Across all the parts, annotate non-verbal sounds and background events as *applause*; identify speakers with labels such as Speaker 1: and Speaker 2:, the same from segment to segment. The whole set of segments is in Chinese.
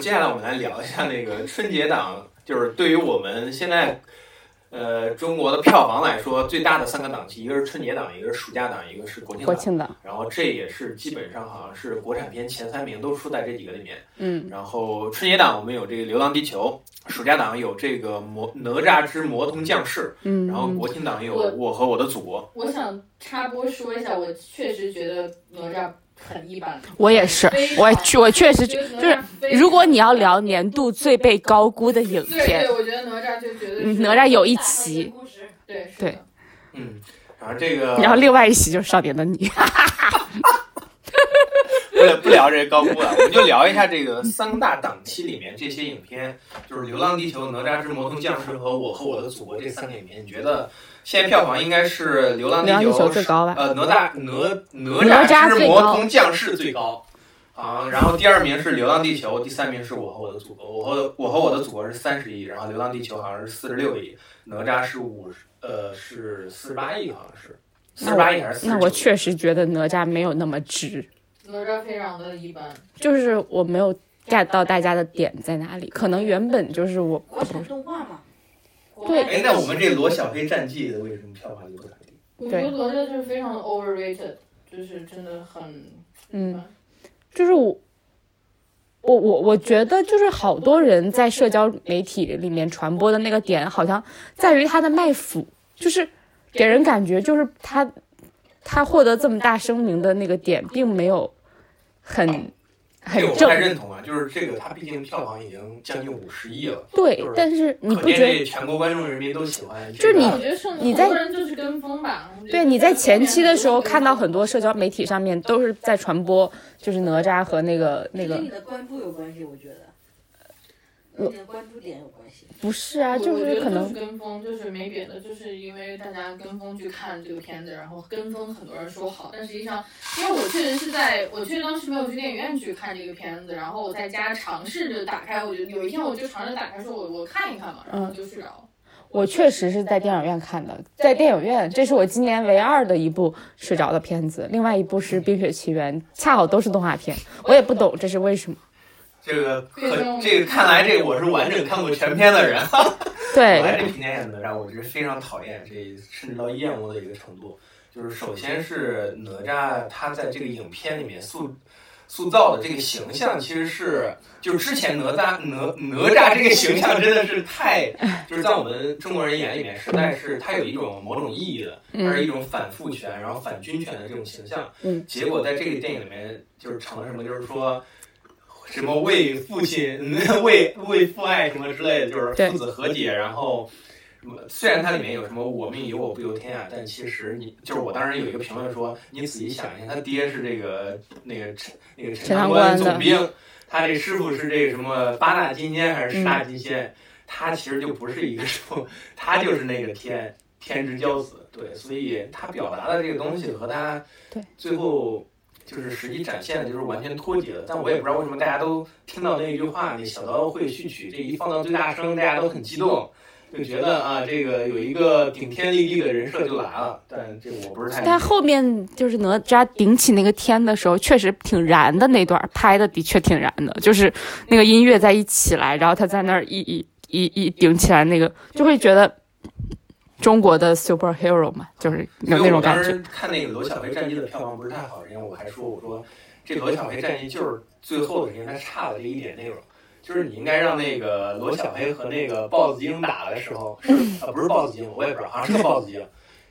Speaker 1: 接下来我们来聊一下那个春节档，就是对于我们现在，呃，中国的票房来说，最大的三个档期，一个是春节档，一个是暑假档，一个是国庆
Speaker 2: 国
Speaker 1: 档。
Speaker 2: 庆档，
Speaker 1: 然后这也是基本上好像是国产片前三名都出在这几个里面。
Speaker 2: 嗯，
Speaker 1: 然后春节档我们有这个《流浪地球》，暑假档有这个《魔哪吒之魔童降世》，
Speaker 2: 嗯，
Speaker 1: 然后国庆档有
Speaker 3: 我
Speaker 1: 《我和我的祖国
Speaker 3: 我想插播说一下，我确实觉得哪吒很一般。
Speaker 2: 我也是
Speaker 3: 非，常
Speaker 2: 我确我确实，
Speaker 3: 觉得
Speaker 2: 就是
Speaker 3: 哪吒非常
Speaker 2: 如果你要聊年度最被高估的影
Speaker 3: 对
Speaker 2: 片，
Speaker 3: 对，我觉得哪吒就觉得
Speaker 2: 嗯，哪吒有一期，
Speaker 3: 对是
Speaker 2: 对
Speaker 3: 的，》。
Speaker 1: 嗯，然后这个
Speaker 2: 然后另外一期就是《少年的你》。
Speaker 1: 不聊不聊这高估了，我们就聊一下这个三大档期里面这些影片，就是《流浪地球》《哪吒之魔童降世》和《我和我的祖国》这三个影片，你觉得现在票房应该是《流浪
Speaker 2: 流浪地
Speaker 1: 球
Speaker 2: 球》最高吧？
Speaker 1: 呃，哪吒哪
Speaker 2: 哪
Speaker 1: 哪
Speaker 2: 吒
Speaker 1: 之
Speaker 2: 最
Speaker 1: 魔
Speaker 2: 高
Speaker 1: 童降世最高啊，然后第二名是《流浪地球》，第三名是我和我的祖国，我和我和我的祖国是三十亿，然后《流浪地球》好像是四十六亿，哪吒是五十呃是四十八亿，好像是四十八亿还是四十
Speaker 2: 那我确实觉得哪吒没有那么值，
Speaker 3: 哪吒非常的一般。
Speaker 2: 就是我没有 get 到大家的点在哪里。可能原本就是我
Speaker 4: 国产动画嘛，
Speaker 2: 对
Speaker 1: *laughs* 哎，那我们这罗小黑战记的为什么票房就不咋地？
Speaker 3: 我觉得哪吒就是非常的 overrated，就是真的很
Speaker 2: 嗯，就是我，我我我觉得就是好多人在社交媒体里面传播的那个点，好像在于他的卖腐，就是给人感觉就是他他获得这么大声名的那个点，并没有很
Speaker 1: 这哦
Speaker 2: 很
Speaker 1: 个我不
Speaker 2: 正
Speaker 1: 太认同啊，就是这个它毕竟票房已经将近五十亿了，
Speaker 2: 对，但是你
Speaker 1: 可
Speaker 2: 不
Speaker 1: 见
Speaker 2: 觉得？
Speaker 1: 这全国观众人民都喜欢。
Speaker 2: 就是你
Speaker 3: 我觉得是
Speaker 2: 你在
Speaker 3: 很多人就是跟风吧。我觉得
Speaker 2: 对，你在前期的时候看到很
Speaker 3: 多。
Speaker 2: 多社交媒体上面都是在传播，就是哪吒和那个那
Speaker 4: 这
Speaker 2: 个呃
Speaker 4: 跟你的关注有关系，我觉得，跟你的关注点有关系。
Speaker 2: 不是啊，
Speaker 3: 我
Speaker 2: 就
Speaker 3: 我觉
Speaker 2: 是
Speaker 3: 得
Speaker 2: 可能
Speaker 3: 跟风，就是没别的，就是因为大家跟风去看这个片子，然后跟风很多人说好，但实际上，因为我确实是在，我确实当时没有去电影院去看这个片子，然后我在家尝试着打开，我就有一天我就尝试打开说我我看一看嘛，然后就睡着了。
Speaker 2: 我确实是在电影院看的，在电影院，这是我今年唯二的一部睡着的片子，另外一部是《冰雪奇缘》，恰好都是动画片，我也不懂这是为什么。
Speaker 1: 这个可这个看来这个我是完整看过全片的人，我来
Speaker 2: 对，
Speaker 1: 这评价也哪吒，我觉得非常讨厌，这甚至到厌恶的一个程度。就是首先是哪吒，他在这个影片里面塑塑造的这个形象，其实是就是之前哪吒哪哪吒这个形象真的是太，就是在我们中国人眼里面，实在是它有一种某种意义的，它是一
Speaker 2: 嗯，
Speaker 1: 种反父权，然后反军权的这种形象。
Speaker 2: 嗯
Speaker 1: 结果在这个电影里面就是成了什么，就是说什么为父亲、 *laughs* 为为父爱什么之类的，就是
Speaker 2: 对
Speaker 1: 父子和解，然后。什么虽然它里面有什么“我命由我不由天”啊，但其实你就是我当时有一个评论说，你仔细想一下，他爹是这个那个陈那个
Speaker 2: 陈
Speaker 1: 陈
Speaker 2: 塘
Speaker 1: 塘
Speaker 2: 关
Speaker 1: 关
Speaker 2: 的
Speaker 1: 总兵，他这师傅是这个什么八大金仙还是十大金仙，他其实就不是一个什么，他就是那个天天之骄子，对，所以他表达的这个东西和他
Speaker 2: 对
Speaker 1: 最后就是实际展现的就是完全脱节的。但我也不知道为什么大家都听到那一句话，你小刀会序曲这一放到最大声，大家都很激动，就觉得啊，这个有一个顶天立地的人设就来了。但这我不是太理解
Speaker 2: 但后面就是哪吒顶起那个天的时候，确实挺燃的那段拍的的确挺燃的，就是那个音乐在一起来，然后他在那儿一一一一顶起来，那个就会觉得中国的 superhero 嘛，就是有那种感
Speaker 1: 因为我。当
Speaker 2: 觉
Speaker 1: 时看那个《罗小黑战记》的票房不是太好，然后我还说我说这《罗小黑战记》就是最后的人他差的这一点内容，就是你应该让那个罗小黑和那个豹子精打的时候，是呃不是豹子精，我也不知道，好像是个豹子精，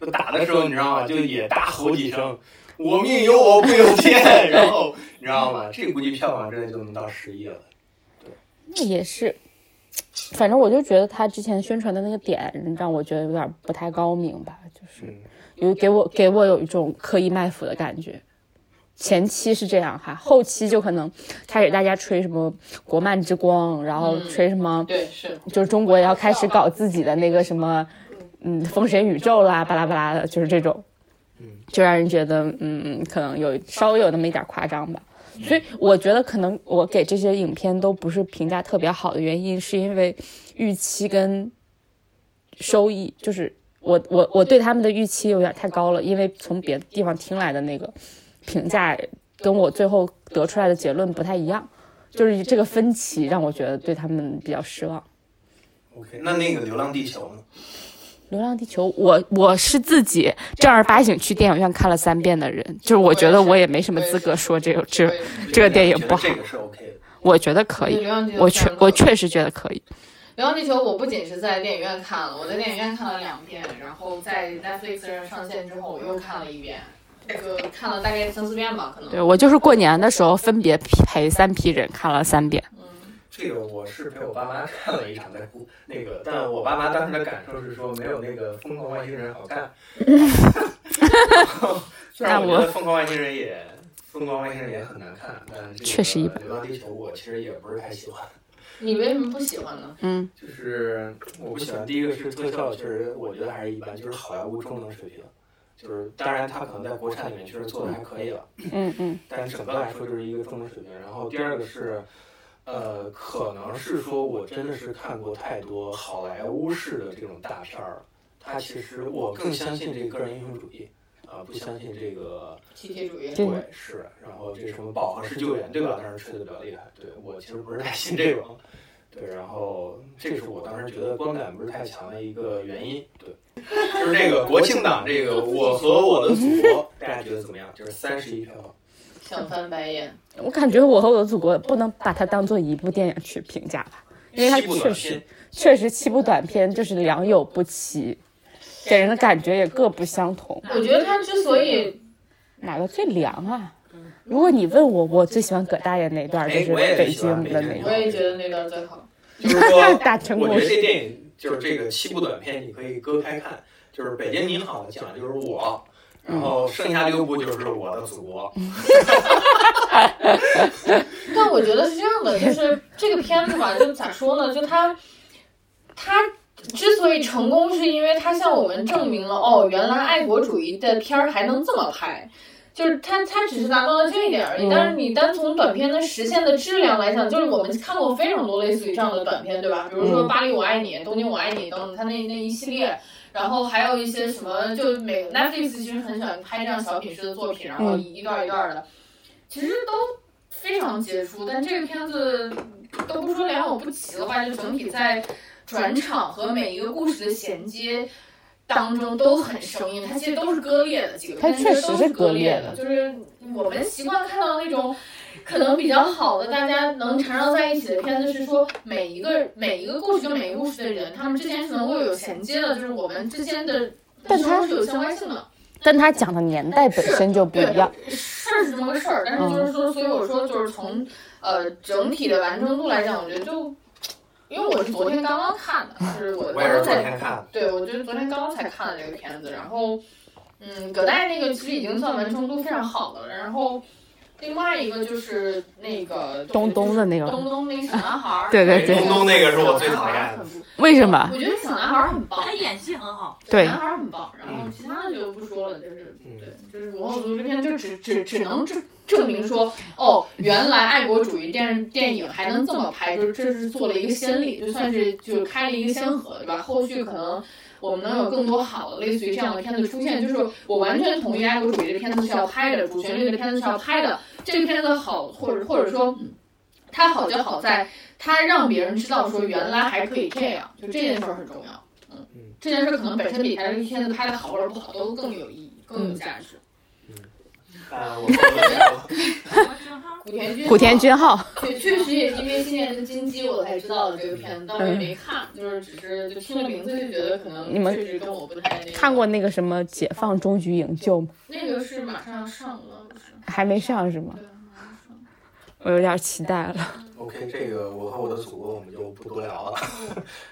Speaker 1: 就打的时候你知道吗？就也大吼几声。我命由我不由天， *laughs* 然后你知道吗？这估计票房真的就能到十亿了。
Speaker 2: 那也是，反正我就觉得他之前宣传的那个点让我觉得有点不太高明吧，就是
Speaker 1: 嗯
Speaker 2: 有给我给我有一种刻意卖腐的感觉。前期是这样哈，后期就可能开始大家吹什么国漫之光，然后
Speaker 3: 嗯
Speaker 2: 吹什么、
Speaker 3: 对，是
Speaker 2: 就是中国要开始搞自己的那个什么，嗯，封神宇宙啦，巴拉巴拉的，就是这种
Speaker 1: 嗯，
Speaker 2: 就让人觉得，嗯，可能有稍微有那么一点夸张吧。所以我觉得，可能我给这些影片都不是评价特别好的原因，是因为预期跟收益，就是我我我对他们的预期有点太高了，因为从别的地方听来的那个评价跟我最后得出来的结论不太一样，就是这个分歧让我觉得对他们比较失望。
Speaker 1: OK，那那个《流浪地球》呢？
Speaker 2: 《流浪地球》我我是自己正儿八经去电影院看了三遍的人，就是我觉得我也没什么资格说这个这这个电影不好，
Speaker 1: 这个是 OK 的。
Speaker 2: 我觉得可以，我确我确实觉得可以。
Speaker 3: 《流浪地球》我不仅是在电影院看了，我在电影院看了两遍，然后在 Netflix 上上线之后我又看了一遍，这个看了大概三四遍吧，可能。
Speaker 2: 对我就是过年的时候分别陪三批人看了三遍。
Speaker 3: 嗯
Speaker 1: 这个我是陪我爸妈看了一场在哭，那个，但我爸妈当时的感受是说没有那个《疯狂外星人》好看。虽然我觉得《疯狂外星人》也《疯狂外星人》也很难看，但
Speaker 2: 确实一般。
Speaker 1: 《流浪地球》我其实也不是太喜欢。
Speaker 3: 你为什么不喜欢呢？
Speaker 2: 嗯，
Speaker 1: 就是我不喜欢。第一个是特效，确实我觉得还是一般，就是好莱坞中等水平。就是当然，它可能在国产里面确实做的还可以了。
Speaker 2: 嗯嗯。
Speaker 1: 但整个来说就是一个中等水平。然后第二个是。呃，可能是说，我真的是看过太多好莱坞式的这种大片儿了。它其实我更相信这个个人英雄主义，啊、呃，不相信这个
Speaker 3: 集体主义。
Speaker 2: 对，
Speaker 1: 是。然后这什么饱和式救援，对吧？当时吹的比较厉害。对我其实不是太信这种。对，然后这是我当时觉得观感不是太强的一个原因。对，就是这个国庆档，这个《我和我的祖国》，大家觉得怎么样？就是三十一票房。
Speaker 3: 想翻白眼，
Speaker 2: 我感觉《我和我的祖国》不能把它当做一部电影去评价吧，因为它确实确实七部短片就是良莠不齐，给人的感觉也各不相同。
Speaker 3: 我觉得它之所以
Speaker 2: 哪个最凉啊？如果你问我，我最喜欢葛大爷哪段，
Speaker 1: 哎
Speaker 2: 就是北京的
Speaker 1: 段。
Speaker 2: 那
Speaker 3: 我也觉得那段最好。
Speaker 1: 就是说，
Speaker 2: 大 *laughs* 成
Speaker 1: 我觉得这电影就是这个七部短片，你可以割开看，就是《北京你好》讲的就是我。然后剩下六部就是我的祖国。
Speaker 3: *laughs* 但我觉得是这样的，就是这个片子吧，就咋说呢？就它，它之所以成功，是因为它向我们证明了，哦，原来爱国主义的片儿还能这么拍。就是它，它只是达到了这一点而已。但是你单从短片的实现的质量来讲，就是我们看过非常多类似于这样的短片，对吧？比如说《巴黎我爱你》《东京我爱你》等等，它那那一系列。然后还有一些什么，就每 Netflix 其实很喜欢拍这样小品式的作品，然后一段一段的，其实都非常杰出。但这个片子都不说良莠不齐的话，就整体在转场和每一个故事的衔接当中都很生硬，它其实都是割裂的几个片，
Speaker 2: 它确实
Speaker 3: 是
Speaker 2: 割
Speaker 3: 裂
Speaker 2: 的，
Speaker 3: 就是我们习惯看到那种。可能比较好的，大家能缠绕在一起的片子是说，每一个每一个故事跟每一个故事的人，他们之间是能够有衔接的，就是我们之间的，
Speaker 2: 但它
Speaker 3: 是有相关性的。
Speaker 2: 但它讲的年代本身就不一样，
Speaker 3: 事儿是这么个事儿，但是就是说，嗯、所以我说就是从呃整体的完成度来讲，我觉得就，因为我是昨天刚刚看的，就是我刚刚才
Speaker 1: 看，
Speaker 3: 对我就是昨天刚刚才看的这个片子，然后，嗯，葛代那个其实已经算完成度非常好的了，然后。另外一个就是那个
Speaker 2: *laughs* 东东的那个
Speaker 3: 东东那个小男孩，
Speaker 2: 对对对，
Speaker 1: 哎东东那个是我最讨厌的。
Speaker 2: 为什么？
Speaker 3: 我觉得小男孩很棒，
Speaker 4: 他演技很
Speaker 2: *laughs*
Speaker 4: 好，
Speaker 2: 对，
Speaker 3: 小男孩很棒。然后其他的就不说了，就是对，就是我我这边就只只只能证证明说，哦，原来爱国主义电电影还能这么拍，就是这是做了一个先例，就算是就是开了一个先河，对吧？后续可能。我们能有更多好的类似于这样的片子出现，就是我完全同意爱国主义的片子是要拍的，主旋律的片子是要拍的。这个片子好，或者或者说，它好就好在它让别人知道说原来还可以这样，就这件事儿很重要。嗯，这件事可能本身比它这个片子拍的好或者不好都更有意义，更有价值。
Speaker 1: 嗯，啊，我。
Speaker 3: 古田君，
Speaker 2: 古田君浩，
Speaker 3: 对，确实也是因为今年的金鸡，我才知道的这个片子，但我也没看，就是只是就听了名字就觉得可能
Speaker 2: 你们
Speaker 3: 确实跟我不太那个。
Speaker 2: 看过那个什么《解放终局营救》吗？
Speaker 3: 那个是马上要上了，不是？
Speaker 2: 还没上是吗？
Speaker 3: 对，马上上。
Speaker 2: 我有点期待了。
Speaker 1: OK，这个我和我的祖国我们就不多聊了。